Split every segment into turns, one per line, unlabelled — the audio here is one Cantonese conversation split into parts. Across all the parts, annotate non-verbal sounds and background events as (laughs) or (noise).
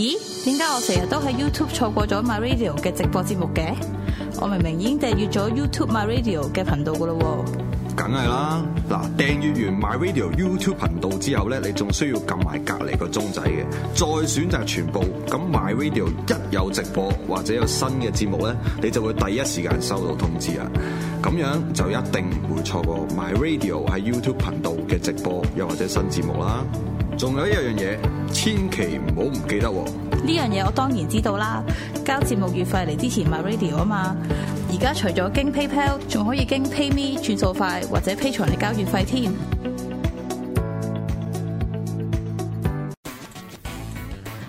咦？點解我成日都喺 YouTube 錯過咗 My Radio 嘅直播節目嘅？我明明已經訂閱咗 YouTube My Radio 嘅頻道噶咯
梗係啦，嗱訂閱完 My Radio YouTube 頻道之後咧，你仲需要撳埋隔離個鐘仔嘅，再選擇全部。咁 My Radio 一有直播或者有新嘅節目咧，你就會第一時間收到通知啊！咁樣就一定唔會錯過 My Radio 喺 YouTube 頻道嘅直播，又或者新節目啦。仲有一樣嘢，千祈唔好唔記得喎！
喎。呢樣嘢我當然知道啦，交節目月費嚟之前 My Radio 啊嘛。而家除咗經 PayPal，仲可以經 PayMe 轉數快或者 Patreon 嚟交月費添。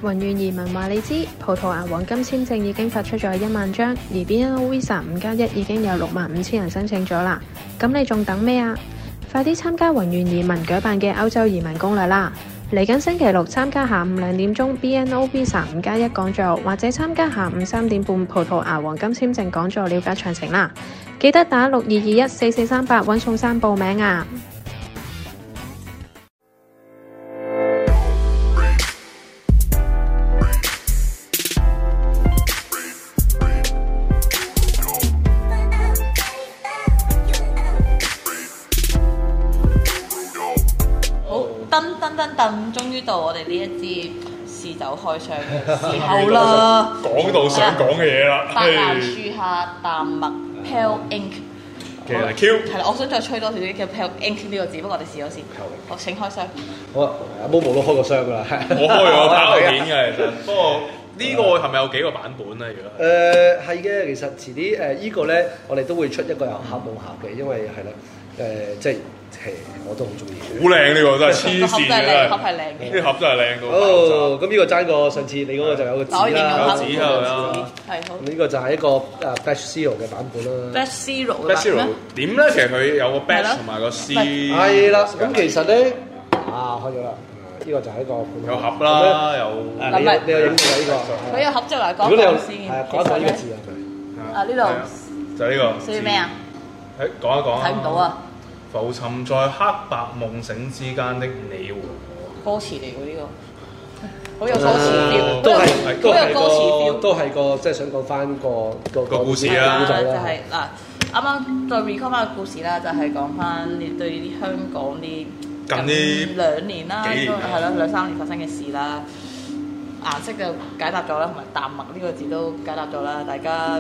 宏願移民話你知，葡萄牙黃金簽證已經發出咗一萬張，而 BNO Visa 五加一已經有六萬五千人申請咗啦。咁你仲等咩啊？快啲參加宏願移民舉辦嘅歐洲移民攻略啦！嚟緊星期六參加下午兩點鐘 BNO Visa 五加一講座，或者參加下午三點半葡萄牙黃金簽證講座，了解詳情啦。記得打六二二一四四三八揾宋生報名啊！
好，噔噔噔噔，終於到我哋呢一支試酒開箱嘅時候啦。
(laughs) 講到想講嘅嘢啦，
白蘭
嘿
樹下淡墨 Pale Ink。
其實係 Q
係啦，我想再吹多少啲叫 Pale Ink 呢個字，不過我哋試咗先。我請開箱。
好啊，阿 Momo 都開過箱㗎啦。
我開咗包片嘅，其實不過呢個係咪有幾個版本咧？如果係
(laughs) 誒係嘅，其實遲啲誒依個咧，我哋都會出一個有盒冇盒嘅，因為係啦，誒、即係誒我都好中
好
意。
靚呢個真係黐線嘅真係，
個盒真係靚
呢盒真係靚到爆
哦，咁呢個爭過上次你嗰個就有個
嗱，我
紙
形容
有
下
啦，
紙
紙
啊有
紙
紙
係好
咁。呢個就係一個誒 Batch Zero 嘅版本啦。
Black Zero 嘅版
Black
本
Zero
咩
點咧？其實佢有個
係咯
batch 同埋個 C，
係啦，咁其實咧啊開咗啦，呢、個就係一個普通
有盒啦，有
啊你有你有影過呢個？
佢有盒即係嚟講
如果你有
講
係啊
先。
講一講
其
呢個
實
字啊，
呢啊呢度
就係呢個
寫咩啊？？
誒講一講啊
睇唔到！啊，
哦
浮沉在黑白夢醒之間的你和我。
歌詞嚟喎呢個，好有歌詞
啊
feel，
都係
好有
都
好
係
有歌詞 feel
個。都係個即係想講翻個個
個故事啊
古仔
就
啦。
係嗱，啱啱再 recall 翻個故事啦，就係講翻你對啲香港啲
近呢
兩年啦，
幾年啊
係啦兩三年發生嘅事啦。顏色就解答咗啦，同埋淡墨呢個字都解答咗啦，大家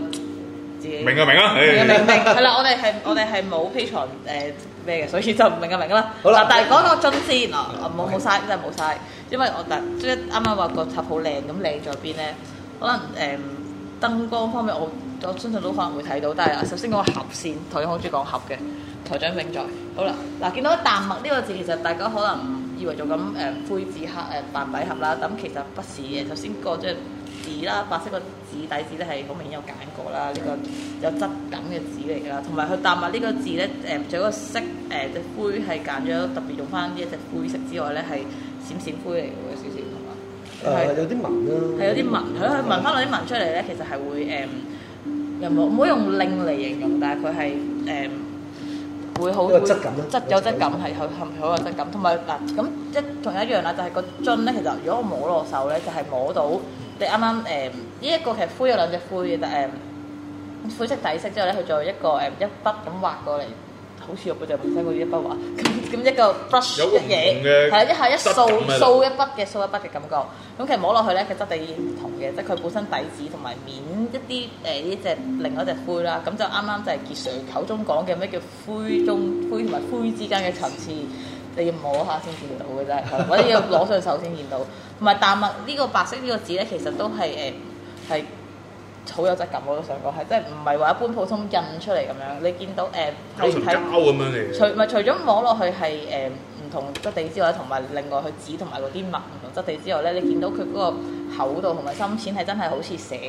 自己
明啊明啊，
明啊明
誒
明係啦，我哋係我哋係冇 Patreon 誒咩嘅，所以就唔明啊明啦。
好啦
嗱但係講個樽先嗱，啊冇冇嘥真係冇嘥，因為我嗱即係啱啱話個塔好靚，咁靚在邊咧？可能誒、燈光方面我，我相信都可能會睇到，但係首先講個盒先，台長好中意講盒嘅，台長永在。好啦，嗱見到淡墨呢個字，其實大家可能以為做緊誒灰字黑誒白底盒啦，咁其實不是嘅。首先個即係。紙啦，白色個紙底紙咧係好明顯有揀過啦，呢、個有質感嘅紙嚟㗎啦，同埋佢淡墨呢個字咧，誒除咗個色誒隻灰係揀咗特別用翻呢一隻灰色之外咧，係閃閃灰嚟嘅喎，有少少係嘛？係
啊誒有啲文啦，
係有啊啲紋，佢佢紋翻落啲紋出嚟咧，其實係會誒、又冇唔好用令嚟形容，但係佢係誒會好
有質感啦
質有質感係好好有質感，同埋嗱咁一同一樣啦，就係、個樽咧，其實如果我摸落手咧，就係、摸到你啱啱誒呢一個其實灰有兩隻灰嘅，但誒、灰色底色之後咧，佢仲有一個誒、一筆咁畫過嚟。好似我嗰隻紋身嗰啲一筆畫，咁咁一個 brush
有個
一
唔同
嘢，
嘅
係啊一下一
質
掃
感喺度
掃一筆嘅掃一筆嘅感覺。咁其實摸落去咧，佢質地已經唔同嘅，即係佢本身底子同埋面一啲誒呢只另外一隻灰啦。咁就啱啱就係傑 Sir 口中講嘅咩叫灰中灰同埋灰之間嘅層次，你要摸下先見到嘅啫，或者要攞上手先見到。同埋淡墨呢個白色呢個字咧，其實都係誒係。好有質感，我都想講係，即係唔係話一般普通印出嚟咁樣。你見到誒，
膠同膠咁樣嚟
除
嘅。
唔係除咗摸落去係誒唔同質地之外，同埋另外佢紙同埋嗰啲墨唔同質地之外咧，你見到佢嗰個厚度同埋深淺係真係好似寫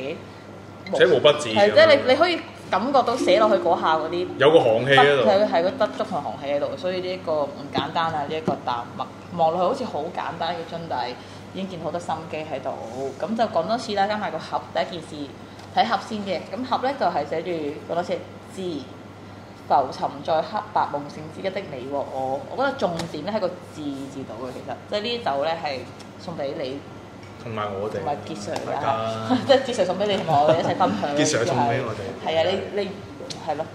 寫毛筆字
係
咁
即係
樣
你你可以感覺到寫落去嗰下嗰啲
有個行氣喺度。
係係個筆觸同行氣喺度，所以呢一個唔簡單啊！呢、一個淡墨望落去好似好簡單嘅樽，但係已經見好多心機喺度。咁就講多次啦，加埋個盒第一件事睇盒先嘅。咁盒咧就係、寫住講多次字浮沉在黑白夢醒之間的你和我。我覺得重點咧喺個字字度嘅，其實即係呢啲酒咧係送俾你
同埋我哋
同埋傑 Sir
大
啦
家，
(laughs) 即係傑 Sir 送俾你同埋我哋一齊分享。
(laughs) 傑 Sir 送俾我哋
係啊，你你係咯，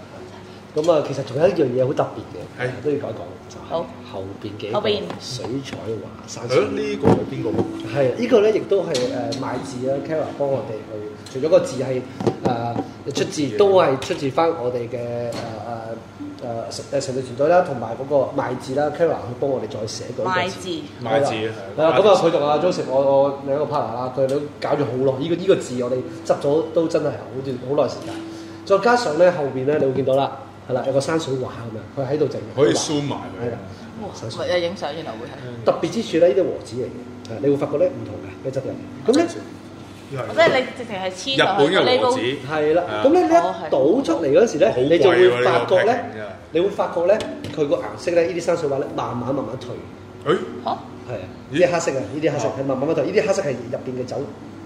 咁啊，其實仲有一樣嘢好特別嘅
係，
都要講一講，就係
好
後邊幾
後
個
邊
水彩畫山
係咯
水。
啊呢個係邊個？
係啊呢個咧，亦都係誒買字啦，Kara 幫我哋去，除咗個字係誒、呃出自，都係出自翻我哋嘅誒誒誒誒成隊團隊啦，同埋嗰個賣字啦，Kara 去幫我哋再寫嗰個
賣字
買字
係
係
啦係啦，咁啊，佢同阿 Joseph 我我兩個 partner 啦，佢哋都搞咗好耐，呢、個呢、個字我哋執咗都真係好段好耐時間。再加上咧後邊咧，你會見到啦，係啦，有個山水畫啊咁樣，佢喺度整嘅，
可以
畫
zoom 埋佢
係啦。
哇咪有影相原來會係，
特別之處咧，呢啲和紙嚟嘅，係你會發覺咧唔同嘅嘅質量。咁咧
因為
即係你直情係黐
日本嘅
呢
和
個
紙
係啦
係，啊
咁咧你一
哦係
倒出嚟嗰陣時咧
好，
你
貴
就會
喎呢
發
個
覺
p
咧，你會發覺咧佢個顏色咧，呢啲山水畫咧慢慢慢慢退，
真係。誒
嚇，
係啊，呢
咦
啲黑色啊，呢啲黑色
哦
係慢慢慢慢退，呢啲黑色係入邊嘅酒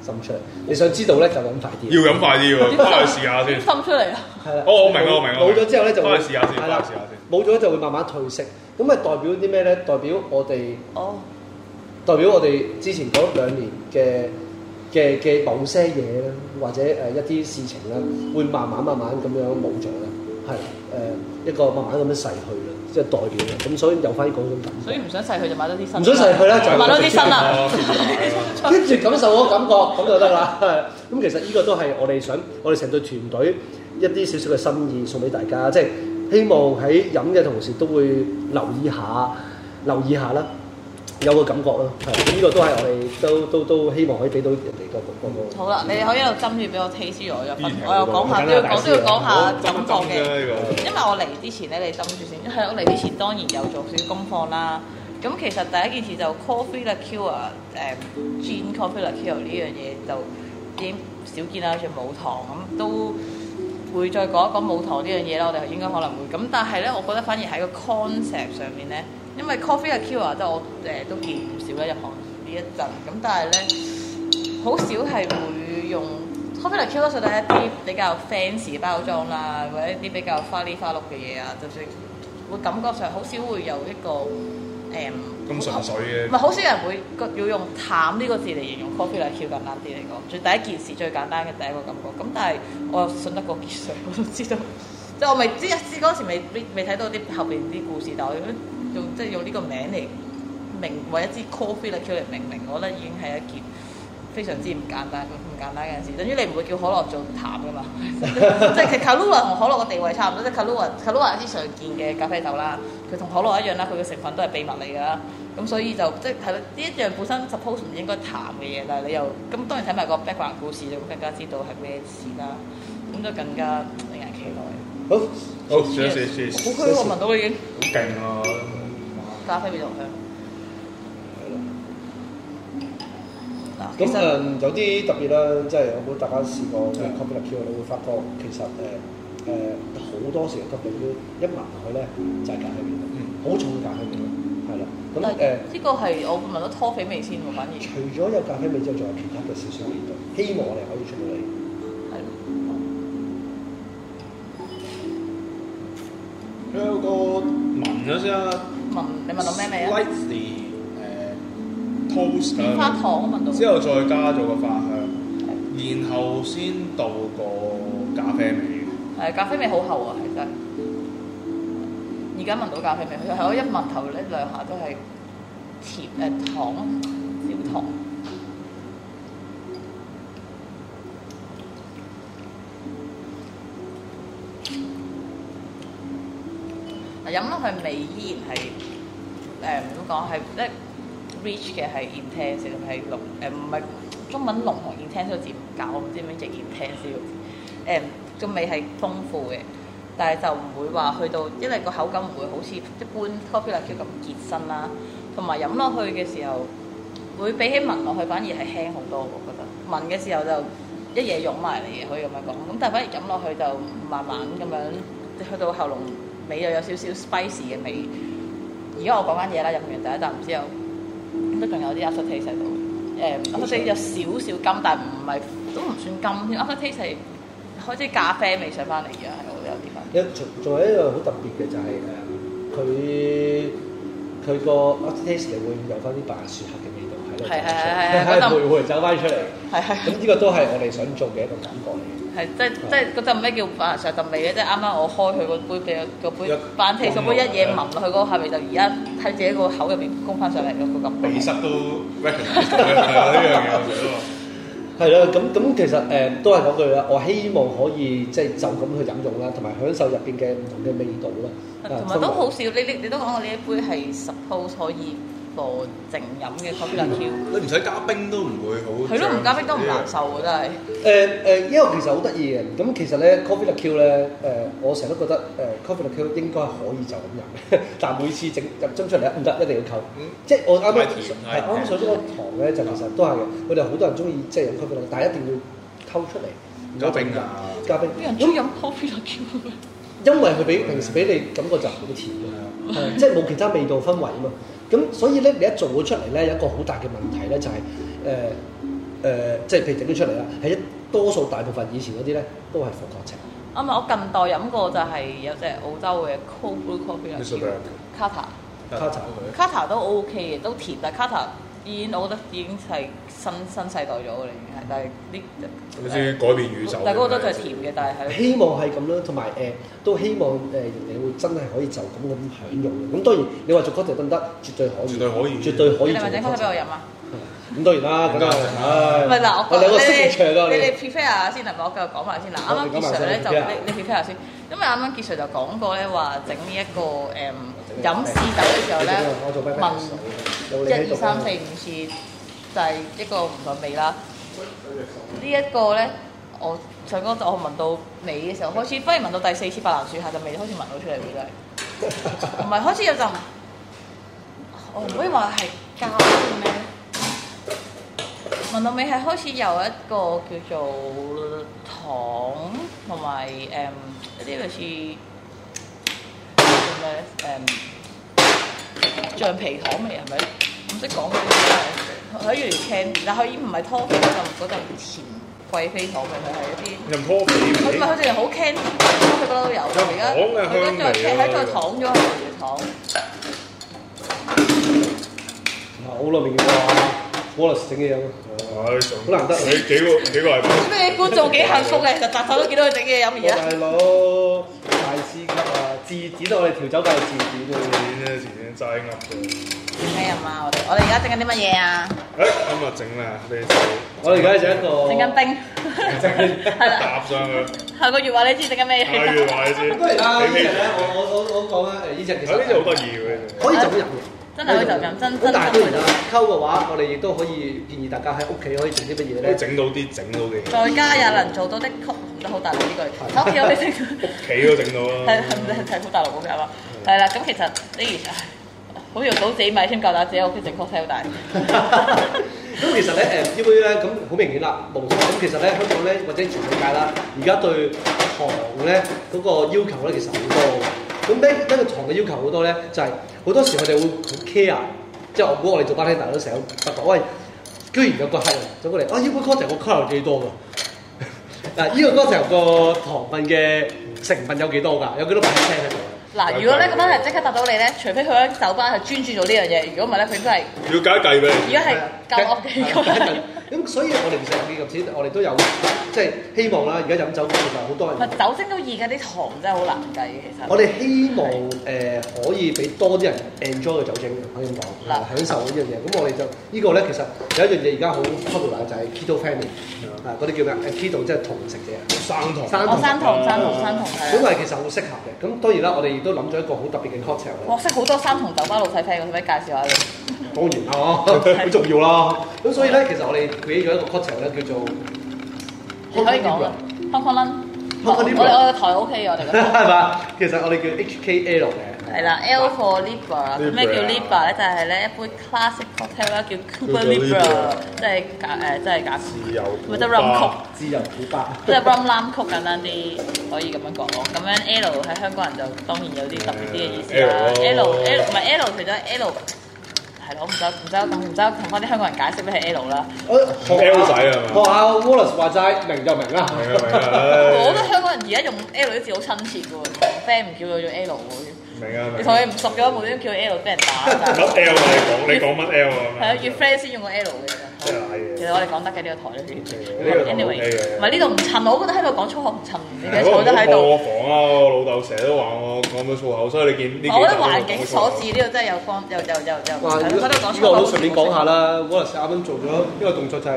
滲出嚟。你想知道咧就飲快啲。啊
要飲快啲 (laughs) 喎，翻去試下先
點。心出嚟啊！
係啦。
哦我明啦我明啦
冇咗之後咧就會
翻去試下先
係啦
翻去試下先
冇咗就會慢慢褪色，咁啊咪代表啲咩咧？代表我哋
哦，
代表我哋之前嗰兩年嘅嘅嘅某些嘢啦，或者誒、呃一啲事情啦，會慢慢慢慢咁樣冇咗啦，係誒、呃一個慢慢咁樣逝去啦，即係代表啦，咁所以有翻嗰種感
所以
覺。
唔想細佢就買多啲新，啊
唔想細佢啦就
買多啲新啊啦
哦。係
跟住感受嗰個感覺，咁就得啦。 (laughs) 咁其實呢個都係我哋想，我哋成隊團隊一啲少少嘅心意送俾大家，即係希望喺飲嘅同時都會留意下，留意下啦，有個感覺啦。係呢、個都係我哋都都都希望可以俾到人哋個個個。
好啦，你哋可以一路斟住俾我 taste 我又分
呢，條
我又講下
我
都要
睇下
講都要講下
啊好
感
斟一
覺
斟
嘅。
啫呢
因為我嚟之前咧，你諗住先，因為我嚟之前當然有做少少功課啦。咁其實第一件事就 coffee liqueur 誒 gin coffee liqueur 呢樣嘢就已經少見啦，仲冇糖咁都會再講一講冇糖呢樣嘢啦。我哋應該可能會咁，但係咧，我覺得反而喺個 concept 上面咧，因為 coffee liqueur 即係我誒都見唔少啦入行呢一陣，咁但係咧。好少係會用 coffee liqueur 多數都係一啲比較 fancy 嘅包裝啦，或者一啲比較花里花碌嘅嘢啊，就算會感覺上好少會有一個誒
咁純粹
唔
嘅
係好少人會個要用淡呢個字嚟形容 coffee liqueur 簡單啲嚟講，最第一件事最簡單嘅第一個感覺。咁但係我又信得過傑 Sir，我都知道，即係我未知知嗰時未未未睇到啲後邊啲故事，但係我用即係用呢個名嚟明或者一支 coffee liqueur 嚟命名，我覺得已經係一件。非常之唔簡單，唔簡單嘅事。等於你唔會叫可樂做淡噶嘛， (laughs) 即係其實 Kahlua 同可樂嘅地位差唔多，即係 Kahlua Kahlua 係一支常見嘅咖啡豆啦，佢同可樂一樣啦，佢嘅成分都係秘密嚟㗎啦。咁所以就即係係咯，呢一樣本身 suppose 唔應該淡嘅嘢，但係你又咁當然睇埋個 background 故事就更加知道係咩事啦，咁就更加令人期待。
好，
個好，試一試試一試，
好香喎，聞到已經
好勁啊！
咖啡味道香。嗱，其
咁誒、
呃
實嗯
有啲特別啦，即係我估大家試過嘅 c o p y l i q u 你會發覺其實誒誒好多時嘅 c o p y l i q 一聞落去咧就係咖啡味道，
嗯
好重嘅咖啡味道，係啦。咁呃
但
誒、
係呢個係我聞到拖肥味先喎，反而。
除咗有咖啡味之外，仲有其他嘅少少味道，希望我哋可以出到嚟。
係咯
佢有個聞咗先啊
問你問到咩味啊？
？Slightly 誒 toast
棉花
啊
糖我聞到。
之後再加咗個花香，然後先到個咖啡味。
係咖啡味好厚啊，其實。而家聞到咖啡味，佢係我一聞頭呢兩下都係甜誒、糖焦糖。嗱飲落去味依然係誒點講係即係 reach 嘅係 intense 定係濃誒唔係中文濃同 intense 個字唔搞，我唔知點樣譯 intense 呢個字誒個味係豐富嘅，但係就唔會話去到，因為個口感唔會好似一般 coffee latte 咁結身啦，同埋飲落去嘅時候會比起聞落去反而係輕好多，我覺得聞嘅時候就一嘢湧埋嚟嘅，可以咁樣講。咁但係反而飲落去就慢慢咁樣去到喉嚨尾又有少少 spicy 嘅味。而家我講緊嘢啦，飲完第一啖之後都仲有啲 after 啊 taste 喺度。誒 after taste 有少少甘，但係唔係都唔算甘添。after taste 係開始咖啡味上翻嚟嘅，係我有啲分。
有仲仲有一樣好特別嘅就係誒佢佢個 aftertaste 你會有翻啲白雪黑嘅味道喺喺度
係係係係
喺度
嗰陣
徘徊走翻出嚟。
係係
咁呢個都係我哋想做嘅一個感覺嚟
係即係即係嗰陣咩叫白上陣味咧？即係啱啱我開佢個杯俾個
一
杯板氣，個杯一嘢聞落去嗰個下面，就而家喺自己個口入邊供翻上嚟嗰個感
鼻
覺。
塞都 recognise 到嘅係啊呢樣嘢我覺得喎。
嘅。係啦，咁咁其實誒、都係嗰句啦，我希望可以即係就咁去飲用啦，同埋享受入邊嘅唔同嘅味道啦。啊
同埋都好少，你你你都講過呢一杯係 suppose 可以個淨飲嘅 coffee latte，
你唔使加冰都唔會好。
係咯，唔加冰都唔難。受喎，真係。
誒誒、呃因為其實好得意嘅，咁其實咧 Coffee Liqueur 咧，誒、呃我成日都覺得誒、Coffee 呃 Liqueur 應該係可以就咁飲嘅， (laughs) 但係每次整入樽出嚟咧唔得，一定要溝。
嗯
即係我啱啱
太甜
係
太
我啱啱上咗個堂咧，就其實都係嘅，佢哋好多人中意即係飲 Coffee Liqueur，但係一定要溝出嚟。唔
加
好
冰啊
整
㗎，
加冰。
啲 (laughs) 人中
咁
意飲 coffee latte 喎
因為佢俾平時俾你感覺就好甜嘅，係即係冇其他味道氛圍啊嘛。咁所以咧，你一做咗出嚟咧，有一個好大嘅問題咧，就係誒誒，即係譬如整咗出嚟啦，係一多數大部分以前嗰啲咧都係火國情。
啱啊！我近代飲過就係有隻澳洲嘅 cold brew coffee
Mr.
latte
Bear
Carter。
Carter
佢
Carter 都 OK 嘅，都甜，但係 Carter 已經我覺得已經係新新世代咗嘅啦，已經係，但係呢
咁先改變宇宙。
但係嗰個都係甜嘅，但係係
希望係咁啦，同埋誒都希望誒人哋會真係可以就咁咁享用嘅。咁當然你話做 cocktail 得唔得？絕對可以，
絕對可以
絕對可
你
以
咪
做
整翻哎俾我
cocktail。
飲啊！
咁當然啦，咁
梗係
啊，
唔係嗱，我
我兩個識嘅唱
你
㗎，
哋 prepare 下先，嗱，我繼續講埋先嗱。啱啱
我哋講
傑
埋
Sir 咧
先
就你
prepare
啊你 prepare 下先，因為啱啱傑 Sir 就講過咧話整呢一個誒飲試酒嘅時候咧
我做
問。
問
一二三四五次就係一個唔同味啦。呢一個咧，我上嗰陣我聞到尾嘅時候，開始忽然聞到第四次白蘭樹下陣味，開始聞到出嚟喎，真係。同埋開始有陣，我唔可以話係膠咩？聞到尾係開始有一個叫做嗯糖同埋誒一啲類似叫咩咧誒。橡皮糖味係咪？唔識講嗰啲係，佢越嚟越 can，但佢已經唔係拖肥嗰陣嗰陣甜貴妃糖味，佢係一啲。
任拖肥
佢唔係佢哋好 can，佢不嬲都有。而家
有糖
佢
嘅香味啊
喺再糖咗係越糖，
好耐未見過啊 Wallace 整嘅嘢，
唉，上
好難得
你幾個幾個係咪？
咩觀眾幾幸福嘅，就集集都見到佢整嘢飲而
我
家。
大佬大師級啊！字典我哋調酒界嘅字典啊！
錢咧，錢齋噏嘅。
係啊嘛，我哋我哋而家整緊啲乜嘢啊？
誒，今日整啦，你就
我哋而家整一個，
整緊冰，係啦。 (laughs)
搭上去。
下個月話你知整緊咩 (laughs)
阿
嘢？
月話你知，
都係啦。呢隻
你
咧，我我我我講啦，誒呢隻其
啊呢隻好得
實
意嘅，呢隻
可以就咁飲嘅，
真係可以就咁，真
咁
真
但係
真
當
可以
然啦，溝嘅話，我哋亦都可以建議大家喺屋企可以整啲乜嘢
可以
咧？
整到啲整到嘅，
在家也能做到的曲，唔得好大陸呢句。喺屋 (laughs) 企我哋整。
企都整到
係
啦。
係睇好大陸嗰邊啊嘛，係啦，咁其實呢，唉好似倒自己米添，夠膽自己屋企整 cocktail 大，
(laughs) 咁其實咧誒呢杯咧咁好明顯啦，無糖咁其實咧香港咧或者全世界啦，而家對糖咧嗰個要求咧其實好多嘅。咁呢呢個糖嘅要求好多咧，就係、好多時佢哋會好 care，即係我估我哋做 bartender 都成日發覺，喂，居然有個客人走過嚟，啊，呢杯 cocktail 個 calorie 幾多㗎？ (laughs) 嗱，呢個 cocktail 個糖分嘅成分有幾多㗎？有幾多 percent 喺度？
嗱，如果咧咁樣係即刻答到你咧，除非佢喺酒吧係專注做呢樣嘢，如果唔係咧，佢都係
要計一計俾
而
你
家係教
Dạ.
我嘅咁
(laughs)
樣。
啊咁所以我哋其實見及此，我哋都有即係希望啦。而家飲酒其實好多
唔
人
係，酒精都易㗎，啲糖真係好難計嘅其實。
我哋希望誒、可以俾多啲人 enjoy 個酒精，可以咁講，啊
嗱
享受呢樣嘢。咁我哋就呢個咧，其實有一樣嘢而家好 popular 就係 keto family 啊，嗰啲叫咩啊？keto 即係同食者，啊
生酮。
生
我哦生酮、生酮、
啊
生酮係
咁
啦。
係其實好適合嘅。咁當然啦，我哋亦都諗咗一個好特別嘅 cocktail 咧
我。識好多生酮酒吧老細 friend，我可唔可以介紹下你？
當然啦，哦 (laughs) 好重要啦。咁所以咧，其實我哋 create 咗一個 cocktail 咧，叫做
你可以講啦
Libra
，Hong Kong Lun，我
Hong Kong
哋
Libra
我哋台 OK 嘅我哋
(laughs)
個。
係嘛？其實我哋叫 HKL 嘅，
係啦，L for Libra，咁咩叫
Libra
Libra 咧？就係咧一杯 classic cocktail 啦，叫 Cuba
Cuba
Libra，
Libra
即係假誒，即係假
自由古
或者 rum 曲
巴，，
自由古巴。
即係 rum lam 曲簡單啲，可以咁樣講。咁樣 L 喺香港人就當然有啲特別啲嘅意思啦。
誒
L
L 咯
L 唔係 L，除咗 L 係咯，我唔使唔使唔使同翻啲香港人解釋咩係 L 啦。
我學下
L 仔係嘛
學下 Wallace 話齋，明就明啦。
明啊明
我覺得
啊，
香港人而家用 L 啲字好親切嘅喎，friend 唔叫佢做 L 喎。
明啊
你
明
同
啊。
佢唔熟嘅話，無端端叫佢 L 俾人
(laughs)
打真係
咁 L 啊，你講你講乜 L 啊？咁樣
係啊，越 friend 先用個 L 嘅真係其
真係賴嘢
實我哋講得嘅呢個台裏邊
呢個台
anyway，
OK 嘅
唔係呢度唔襯，我覺得喺度講粗口唔襯，你哋
不過
坐
唔
得
好
喺
破
度。
我房啊！我老豆成日都話我講到粗口，所以你見呢幾集
我覺得
都
環境所
講
致呢個真係有方有有有有，
哇！
係
呢
咯
個
喺度講
呢
粗
個
口
我都順便講下。啦，Wallace 啱啱做咗一個動作就係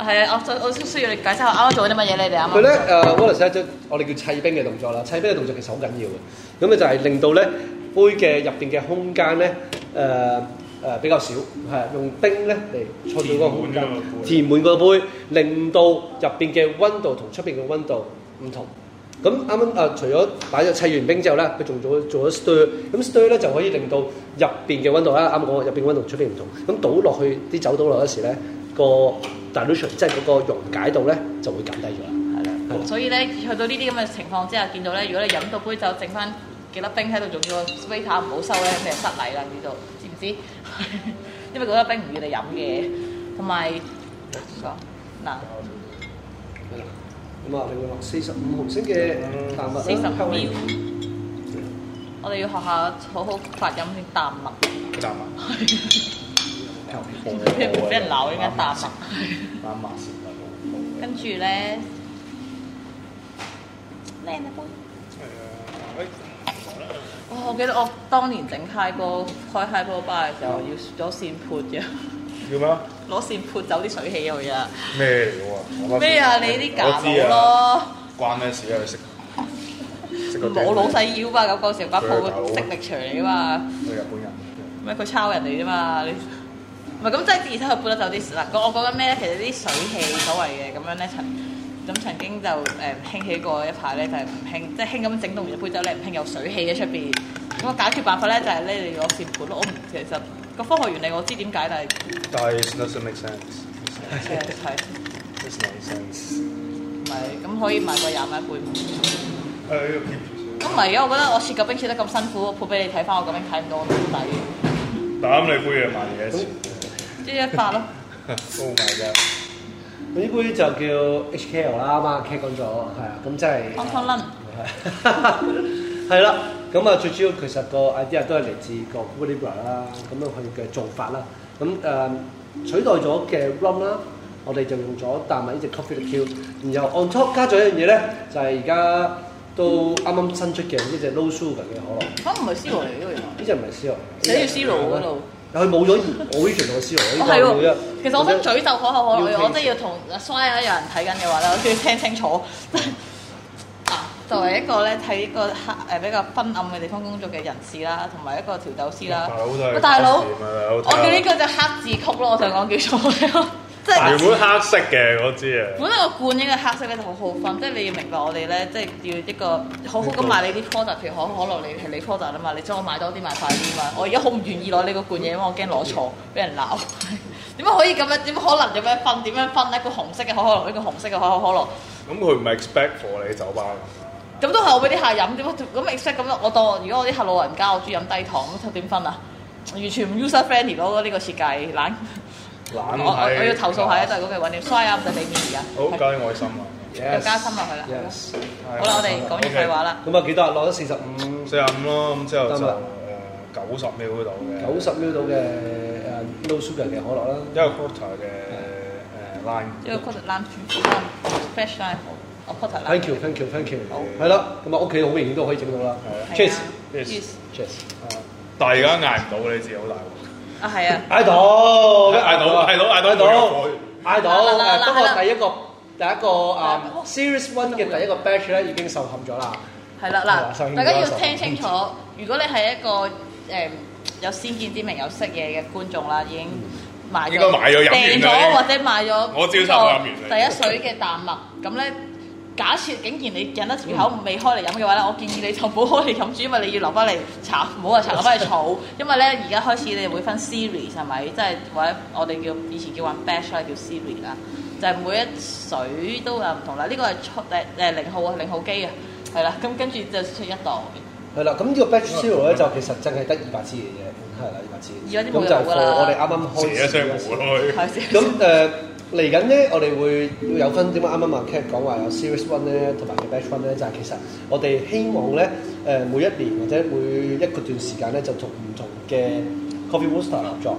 係啊，我我需要你解釋下啱啱做緊啲乜嘢，你哋啱
佢
啱。
咧誒 Wallace 咧即係我哋叫砌冰嘅動作啦，砌冰嘅動作其實好緊要嘅，咁咧就係令到咧杯嘅入邊嘅空間咧誒誒比較少，係用冰咧嚟創造嗰個空間
填滿咗個，杯
填滿個杯，令到入邊嘅温度同出邊嘅温度唔同。咁啱啱誒，除咗擺咗砌完冰之後咧，佢仲做做咗 stir，咁 stir 咧就可以令到入邊嘅温度啦，啱講入邊温度同出邊唔同。咁倒落去啲酒倒落嗰時咧，個 dilution 即係嗰個溶解度咧就會減低咗啦。
係啦
係
所以咧，去到呢啲咁嘅情況之下，見到咧，如果你飲到杯酒，剩翻幾粒冰喺度，仲要個 waiter 唔好收咧，你係失禮啦，呢度知唔知？ (laughs) 因為嗰粒冰唔要你飲嘅，同埋點講嗱，
係啦，咁啊，你會落四十五毫升嘅淡墨啦，
四十
香料
秒，嗯我哋要學下好好發音先淡墨，
嗰集啊，
(laughs) 俾人鬧應該淡墨。
啱麻線啊！
跟住咧，靚啊杯！哇！我記得我當年整 high 波開 high 波吧嘅時候，要攞扇潑
(laughs)
嘅，
叫咩啊？
攞扇潑走啲水氣去啊！
咩料啊？我乜
咩啊？你啲假
我知
佬
啊，
咯，
關咩事啊？你識識個
冇老細腰吧？咁嗰時把鋪
佢係大佬啊
識力場嚟噶嘛，
佢日本人。
咩佢抄人哋啫嘛？你唔係咁即係自然佢潑得走啲嗱，我我講緊咩咧？其實啲水氣所謂嘅咁樣咧，曾咁曾經就誒、興起過一排咧，就係唔興，即係興咁整凍完杯酒咧，唔興有水氣喺出邊。咁個解決辦法咧就係咧，你攞扇盤咯。我唔其實個科學原理我知點解，但係
但係 it doesn't make sense. It's
誒係
not make sense.
唔係咁可以買個廿蚊一杯。
誒呢個 keep 住
咁唔係啊，我覺得我切個冰切得咁辛苦，我鋪俾你睇翻，我個冰睇唔到我都好抵。
先。膽你杯嘢賣幾多錢
即係一發咯，
？Oh my god！
呢杯就叫 HKL 啦，啱啱 K 講咗，係啊，咁真係
湯湯
(laughs)
撚。
係啦，咁啊最主要其實個 idea 都係嚟自個 c u b a Libre 啦，咁樣佢嘅做法啦，咁誒、取代咗嘅 rum 啦，我哋就用咗淡米呢只 coffee liqueur，然後 on top 加咗一樣嘢咧，就係而家都啱啱新出嘅呢只 low sugar 嘅可樂，呢
嚇唔係 C 羅嚟嘅喎原來，
只唔係 C 羅，
寫住 C 羅嗰度。
佢冇咗鹽，我以前同佢 C 羅
我哦
呢
係
個冇咗
喎，其實我想詛咒可口可
要
樂，
聽
我真係要同 s i 有人睇緊嘅話咧，我都要聽清楚。 (laughs) 啊，作為一個咧喺一個黑誒比較昏暗嘅地方工作嘅人士啦，同埋一個調酒師啦
大佬都，係
喂大佬，
黑字啊大佬
我叫呢個就黑字曲咯，我想講叫做
(laughs)
即係。
原本黑色嘅嗰支啊。
本身個罐應該黑色咧就好好分，即係你要明白我哋咧，即係要一個好好咁賣你啲 product，譬如可口可樂你係你 product 啊嘛，你將我買多啲買快啲嘛。我而家好唔願意攞你個罐嘢，因為我驚攞錯俾人鬧。點解可以咁樣？點可能咁樣分？點樣分咧？一個紅色嘅可口可樂，一個紅色嘅可口可樂。
咁佢唔係 expect for 你酒吧㗎
咁都係我俾啲客飲，點解咁 expect 咁樣？我當如果我啲客老人家，我中意飲低糖，咁點分啊？完全唔 user friendly 咯，呢個設計懶。我
懶係
我我要投訴下，都係嗰句揾你衰啊！唔使俾面而家。
好加啲愛心啊！
又加深落去啦
Yes，啊
好啦，我哋講完廢話啦。
咁啊幾多啊？攞咗四十五。
五四廿五咯，咁之後就
得
誒
啦
九十秒嗰度嘅，
九十 ml 到嘅誒 no sugar 嘅可樂啦，
一個 quarter 嘅誒 line。
呢個 quarter lime 主 fresh lime 啊我 quarter lime
thank you thank you thank you，
好
係啦，咁啊屋企好明顯都可以整到啦
係啊
，cheers
Cheers
cheers
係
但係而家嗌唔到，你知好大鑊。
啊係啊，
嗌到，
嗌到嗌到嗌到
嗌到
佢，
嗌到，
嗱嗱嗱
誒呃不過
嗱嗱
第一個第一個啊
嗱
series one 嘅第一個 batch 咧已經受冚咗啦，
係啦嗱，大家要聽清楚，如果你係一個誒、有先見之明、有識嘢嘅觀眾啦，已經買咗
嗯應該買咗飲完
訂咗
啦應該
或者買咗
我招手飲完
第
啦
一水嘅淡墨，咁咧。假設竟然你忍得住口未開嚟飲嘅話咧，我建議你就唔好開嚟飲住，因為你要留翻嚟炒，唔好話炒留翻嚟儲。因為咧而家開始你會分 series 係咪？即係或者我哋叫以前叫玩 batch 啦，叫 series 啦，就係每一水都有唔同啦。呢個係出誒誒零號啊，零號機啊，係啦。咁跟住就出一檔，
係啦，咁呢個
啊
batch zero 咧就其實淨係得二百支嘅啫，係啦，二百支，
二百支
咁
冇
就
用㗎啦
我哋啱啱開
寫一
始
聲
嗰時
冇咯佢。
啊係先。
(laughs) 咁誒嚟緊咧，我哋會要有分點解啱啱阿 Cat 講話有 Series One 咧，同埋嘅 Batch One 咧，就係、其實我哋希望咧，誒、每一年或者每一個段時間咧，就同唔同嘅 Coffee Roaster 合作。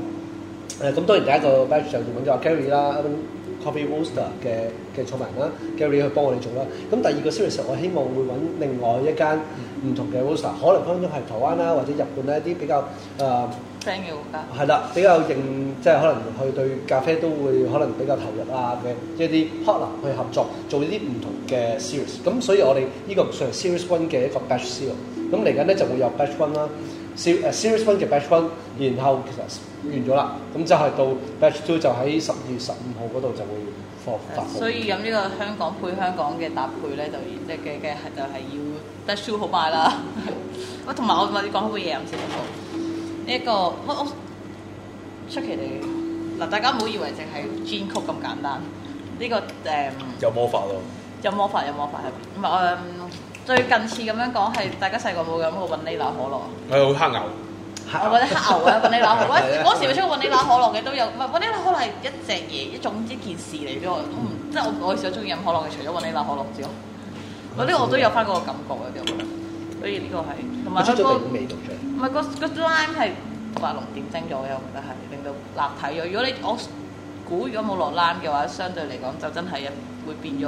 誒、咁當然第一個 batch 就揾咗阿 Gary 啦啱啱，Coffee Roaster 嘅嘅創辦人啦，Gary 去幫我哋做啦。咁第二個 series 我希望會揾另外一間唔同嘅 roaster，可能分分鐘係台灣啦或者日本咧一啲比較誒。呃
friend 嘅國家。
係啦，比較認即係可能佢對咖啡都會可能比較投入啊嘅一啲 partner 去合作做呢啲唔同嘅 series。咁所以我哋呢個算係 series one 嘅一個 batch seal。咁嚟緊咧就會有 batch one 啦，se- 誒 series one 嘅 batch one，然後其實完咗啦。咁就係到 batch two 就喺十二月十五號嗰度就會放發布。
所以飲呢個香港配香港嘅搭配咧，就即係嘅嘅係就係要得 show 好賣啦。喂，同埋我咪講好嘅嘢飲先好。呢一個我我出奇地嗱，大家唔好以為淨係 gin 曲咁簡單。呢、個誒、
有魔法咯，
有魔法有魔法係唔係誒？最近次咁樣講係大家細個冇飲過雲呢拿可樂。啊
係好黑牛，
我覺得黑牛啊，雲呢拿可樂，
係啊
嗰時咪出過雲呢拿可樂嘅都有，唔係雲呢拿可樂係一隻嘢，一種一件事嚟咗。我唔即係我我其實中意飲可樂嘅，除咗雲呢拿可樂之外，我呢個我都有翻嗰個感覺嘅，我覺得。所以呢個係同埋
佢出
佢
咗
個
個味道出嚟。
唔係個個 lime 係畫龍點睛咗嘅，我覺得係令到立體咗。如果你我估如果冇落 lime 嘅話，相對嚟講就真係會變咗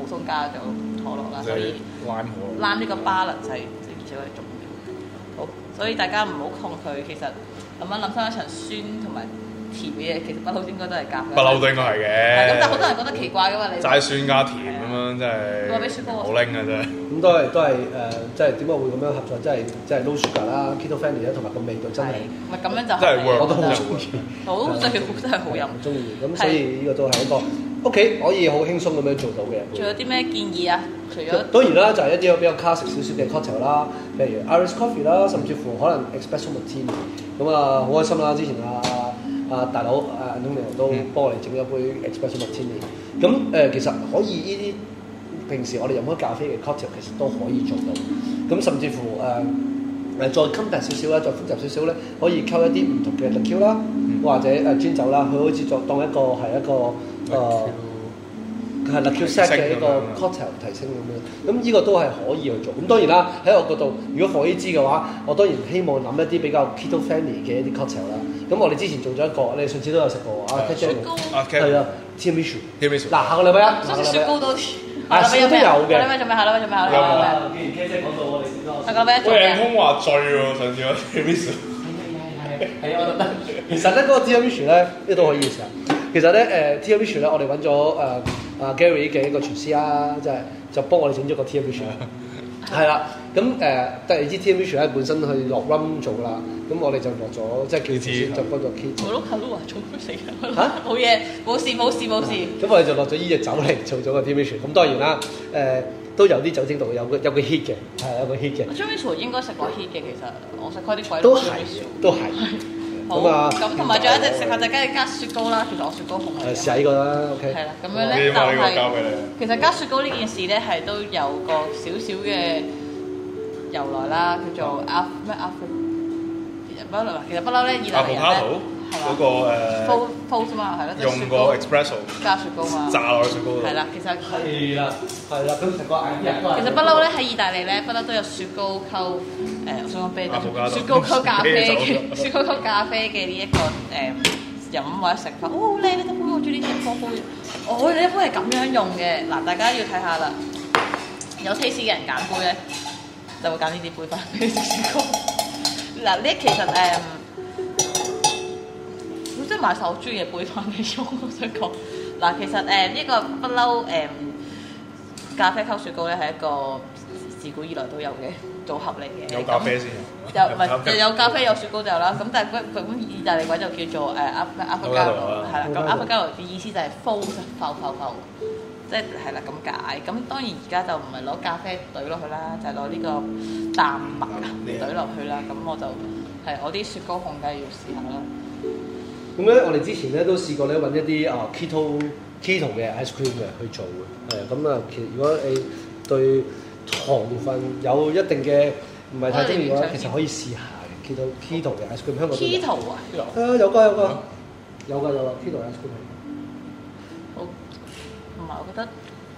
普通加咗啊可樂啦，所以。
拉我。
攬呢個 balance 係而且係重要。好，所以大家唔好抗拒。其實諗一諗翻一層酸同埋甜嘅嘢，其實不嬲應該都係夾嘅。
不嬲都應該
係咁，但好
係
多
嘅。
人覺得奇怪嘅嘛，你
嗯
齋酸加甜咁樣真
佢話俾雪
係
糕我
好拎啊！真係
咁都係都係誒，即係點解會咁樣合作？即係即係 low sugar 啦，keto friendly 啦，同埋個味道真係
係咪咁樣就
真係 work，
我都好
真係
中意。
好真係好真係好飲。
中意。咁所以呢個都係一個屋企可以好輕鬆咁樣做到
仲有
嘅。
啲咩建議啊？除咗
當然啦，就係一啲比較 classic 少少嘅 cocktail 啦，譬如 Irish coffee 啦，甚至乎可能 espresso martini。咁啊，好開心啦！之前啊啊大佬啊 Antonio 都
嗯
幫我哋整咗杯 espresso martini。咁誒、其實可以呢啲平時我哋飲開咖啡嘅 cocktail 其實都可以做到。咁甚至乎誒。誒再 c o m p 少少啦，再複雜少少咧，可以溝一啲唔同嘅 liqueur 啦，或者誒氈酒啦，佢好似作當一個係一個誒。佢係 l i q u set 嘅一個 cocktail 提升咁樣，咁呢個都係可以去做。咁當然啦，喺我角度，如果 for A 支嘅話，我當然希望諗一啲比較 keto friendly 嘅一啲 cocktail 啦。咁我哋之前做咗一個，你上次都有食過啊
係
c a t
雪
c h
糕，
啊
a 係啊 t i m i s h
t i m i s
嗱，下個禮拜一，下
想
個
食
禮
雪
拜
糕
一。
多啲。
啊
下禮拜
雪糕
有
有
咩？下禮拜
嘅
仲未，下禮拜仲未，下禮拜仲
既然 K 姐講到我哋先
未。下禮拜仲
喂，
未。
人工話醉喎，上次我 t i m i s
係啊，我特登。其實咧，嗰、個 Tiramisu 咧，呢度可以食啊。其實咧，誒 Tiramisu 咧，我哋揾咗誒啊 Gary 嘅一個廚師啦，即係就幫我哋整咗個 Tiramisu。係啦，咁誒，但係你知 Tiramisu 咧本身佢落 rum 做啦，咁我哋就落咗即係叫廚師就幫咗 Kit。
我碌卡碌啊，做乜死啊
嚇？
冇嘢，冇事冇事冇事。
咁我哋就落咗呢只酒嚟做咗個 Tiramisu。咁當然啦，誒、都有啲酒精度，有個有個 heat 嘅，係有個 heat 嘅，
我 j o m i s o 應該食過 hit 嘅，其實我食開啲鬼佬
都
j o
係
m i
嘅，都係。
好
咁啊，
咁同埋仲有一隻食法就梗係加雪糕啦。其實我雪糕好
誒
愛
試下呢個啦，OK
係。啦，咁樣
你
咧，
話呢個交
但係
俾你，
其實加雪糕呢件事咧係都有個少少嘅由來啦，叫做阿咩阿不嬲，其實不嬲咧，意大利人咧
Avocado？嗰
係嘛
個誒
，fold fold 啫嘛，係咯，即係雪
用個
糕
espresso
加雪糕嘛，
炸落去雪糕度，
係啦，其實。
係啦，係啦，咁成個眼人
啊
其實不嬲咧，喺意大利咧，不嬲都有雪糕溝誒、我想講啤酒
Avocado，
雪糕溝咖啡
(laughs) 啤酒
嘅 (laughs) 雪糕溝咖啡嘅呢一個誒、飲或者食法，哦好靚呢隻杯，我中意呢隻波杯，哦呢一杯係咁樣用嘅，嗱大家要睇下啦，有 taste 嘅人揀杯咧，就會揀呢啲杯翻俾你食雪糕。嗱呢其實誒。我真係買晒我中意嘅杯翻嚟用，我想講。嗱，其實誒呢、個不嬲誒咖啡溝雪糕咧係一個自古以來都有嘅組合嚟嘅。
有咖啡先
有唔係
(laughs)
有咖啡有雪糕就有啦，咁但係佢佢咁意大利鬼就叫做誒 a p a p a g a r o 啊係啦，咁 a p a g a r o 嘅意思就係 fold 浮浮浮，即係係啦咁解。咁當然而家就唔係攞咖啡懟落去啦，就係攞呢個淡麥懟落去啦。咁我就係我啲雪糕控梗係要試下啦。
咁咧，我哋之前咧都試過咧揾一啲啊 keto keto 嘅 ice cream 嘅去做嘅，係啊咁啊，其實如果你對糖分有一定嘅唔係太中意嘅話，其實可以試下嘅 keto keto 嘅 ice cream，香港都
Keto 啊！
有啊有個有個有個有個 keto ice cream
埋我覺得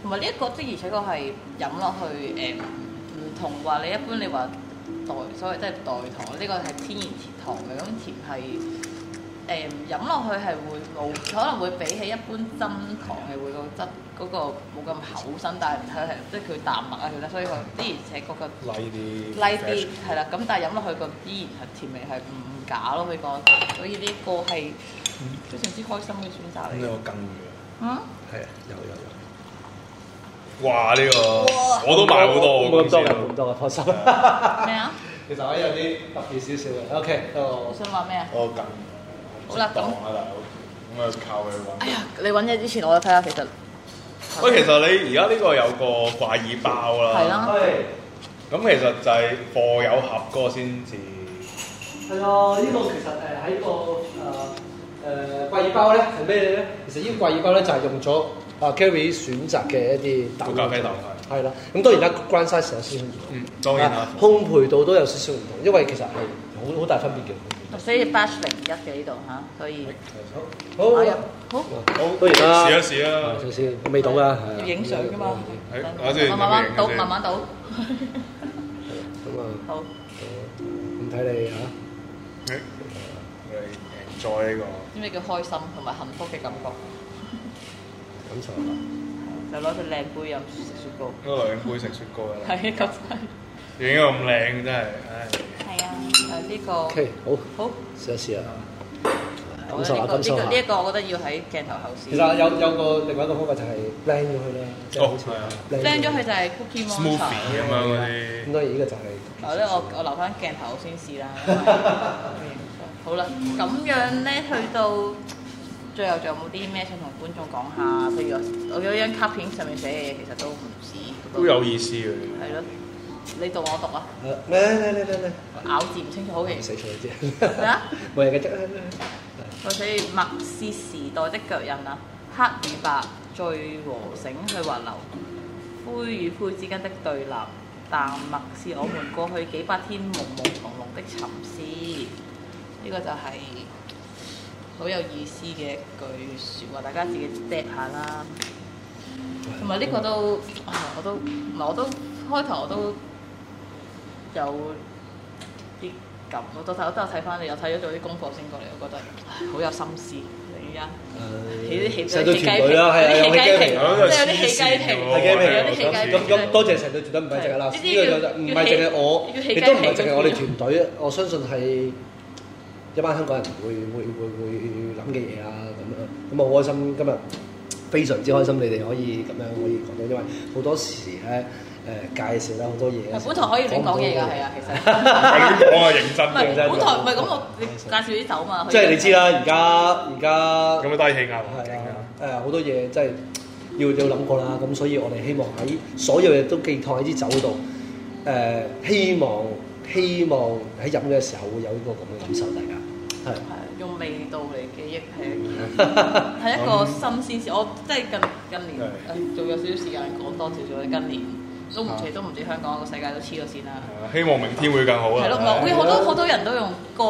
同埋呢一個的而且確係飲落去誒唔同話你一般你話代所謂即係代糖呢、個係天然甜糖嘅，咁甜係誒飲落去係會冇可能會比起一般真糖係會個質嗰、個冇咁厚身，但係佢係即係佢淡墨啊，其實所以佢的而且確個。
拉啲
拉啲係啦，咁但係飲落去個依然係甜味係唔假咯，佢講，所以呢個係非常之開心嘅選擇
咁
嚟嘅。
有羹魚
嗯，
係啊，
嘅，
有有有，
哇！呢個
哇
我都買好多，
冇
公
咁多嘅，
司啊
冇咁多嘅，放心。
咩啊？
其實我有啲特別少少嘅，OK，
你
我
想話咩啊？
我羹魚
好啦咁
當啊大佬，咁啊靠佢揾
哎。呀，你揾嘢之前我睇下，其實
喂，其實你而家呢個有個怪耳包啦，
係啦，
係
咁其實就係貨有合嗰個先至，
係啊，呢個其實誒喺個誒誒桂耳包咧係咩咧？其實呢個桂耳包咧就係用咗啊 Gary 選擇嘅一啲豆，
個咖啡豆
係啦。咁當然啦，grind size 有少少唔同。
嗯，當然啦
啊，烘焙度都有少少唔同，因為其實係好好大分別嘅。
所以 batch 零一嘅呢度嚇，所以
好，
買入好
好，
當然
啊
啦
試一試啊啦，
睇先，味道啦，係啊
要影相㗎嘛。
係我先
慢慢倒，
影先
慢慢倒。 (laughs)
咁啊，
好，
唔睇你嚇，
誒我哋 enjoy 呢
知唔知叫開心同埋幸福嘅感覺？
感受下。
就攞隻靚杯飲食雪糕， (laughs)
個，嗰兩杯食雪糕㗎啦，
係咁真
影到咁靚真係，唉，
係啊，誒呢個
OK，好，
好。
試一試啊。
我覺
感受
得呢個
下，感
呢
受
個
下
呢。一個，我覺得要喺鏡頭後試。
其實有有個另外一個方法就係 blend 咗佢啦，即係好似
哦係啊
plan 咗佢就係 Cookie
Smoothie
Monster。啊
咁樣嗰啲
咁當然呢個就係
我咧，我我留翻鏡頭先試啦。因
(laughs)
為 (laughs) 好啦，咁樣咧去到最後仲有冇啲咩想同觀眾講下？譬如我我有一張卡片上面寫嘅嘢，其實都唔知。
都有意思
(laughs)
嘅。
係咯，你讀我讀啊，
誒嚟嚟嚟嚟
我咬字唔清楚好嘅
嚟，。死錯你
咩
啫，
啊？
(laughs) 冇嘢嘅啫。
我寫墨是時代的腳印啊，黑與白最和繩去滑流，灰與灰之間的對立，淡墨是我們過去幾百天朦朦朧朧的沉思。呢、個就係好有意思嘅一句説話，大家自己 d 下啦。同埋呢個都，啊我都唔係我都開頭我都有啲咁，我到頭都有睇翻你，有睇咗做啲功課先過嚟，我覺得唉好有心思。你而家
Ờ,
起啲起
成隊
起雞
團
皮，
隊啦，係啊，
有
有
啲起雞皮，即，
雞皮
啊
係有啲起雞皮，
有
哦係啊雞皮
有啲啊起雞皮。
咁咁多謝成隊團隊，唔係淨係啦，呢個就唔係淨係我，亦都唔係淨係我哋團隊，我相信係一班香港人會會會會諗嘅嘢啊咁樣。咁我好開心今日。非常之開心，你哋可以咁樣可以講到，因為好多時咧誒、介紹啦好多嘢。啊
本台可以亂講嘢㗎，係啊，其實。
係你講啊，認
唔
真
係
嘅
認真
本台唔係咁，我你介紹啲酒嘛。
即係你知啦，而家而
咁
家
啊低氣壓環境
係
啊
啊，，誒好多嘢真係要要諗過啦。咁所以我哋希望喺所有嘢都寄託喺支酒度，誒、希望希望喺飲嘅時候會有呢個咁嘅感受，大家係
係用味道嚟記憶係一件係一個新鮮事。我即係近近年誒仲有少少時間講多少少啦。近年都唔
啊
除都唔止香港個世界都黐咗線啦。
希望明天會更好
係咯，
啊。
我會好多好多人都用歌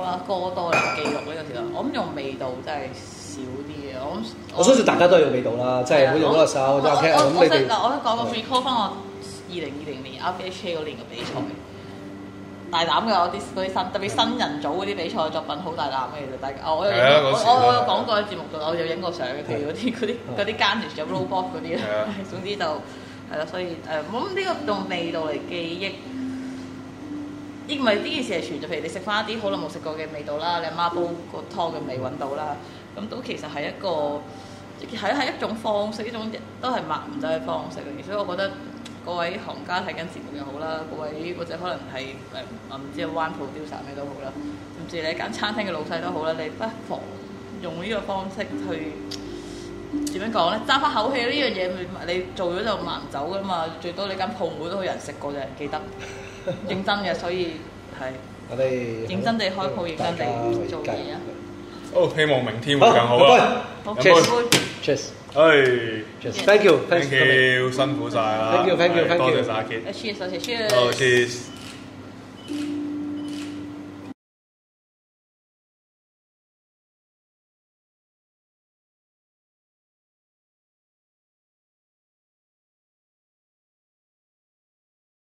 啊歌多嚟記錄呢個時候。我諗用味道真係少啲嘅。我諗
我相信大家都係有味道啦，即係好用嗰個手，
我
即係 OK，
我
咁
我
你
嗱，
哋
我講個 recall 翻我二零二零年 RBHA 嗰年嘅比賽，大膽嘅我啲嗰啲新特別新人組嗰啲比賽作品好大膽嘅，其實大家哦我我有
係啊嗰時
我我有講過喺節目度，我有影過相嘅，譬如嗰啲嗰啲嗰啲 g a n d i s 有 robot 嗰啲咧
係啊，
(laughs) 總之就係啦，所以誒咁呢個用味道嚟記憶。呢咪呢件事係存在，譬如你食翻一啲好耐冇食過嘅味道啦，你阿媽煲個湯嘅味揾到啦，咁都其實係一個係係一種方式，一種都係抹唔低嘅方式嚟。所以我覺得各位行家睇緊節目又好啦，各位或者可能係誒我唔知係灣 producer 咩都好啦，甚至你揀餐廳嘅老細都好啦，你不妨用呢個方式去。點樣講咧？爭翻口氣呢樣嘢，你你做咗就慢走噶嘛。最多你間鋪妹都有人食過嘅，記得認真嘅，所以係
我哋
認真地開鋪認真地做嘢啊
哦，希望明天會更好啊！
好
飲
乾
杯
，cheers
杯。
cheers，cheers，thank
唉
you，thanks
，thank
for coming
you，辛苦晒啦
Thank you，thank you，thank you
多謝晒阿 Kit，
Cheers，多謝 Cheers。
好，cheers。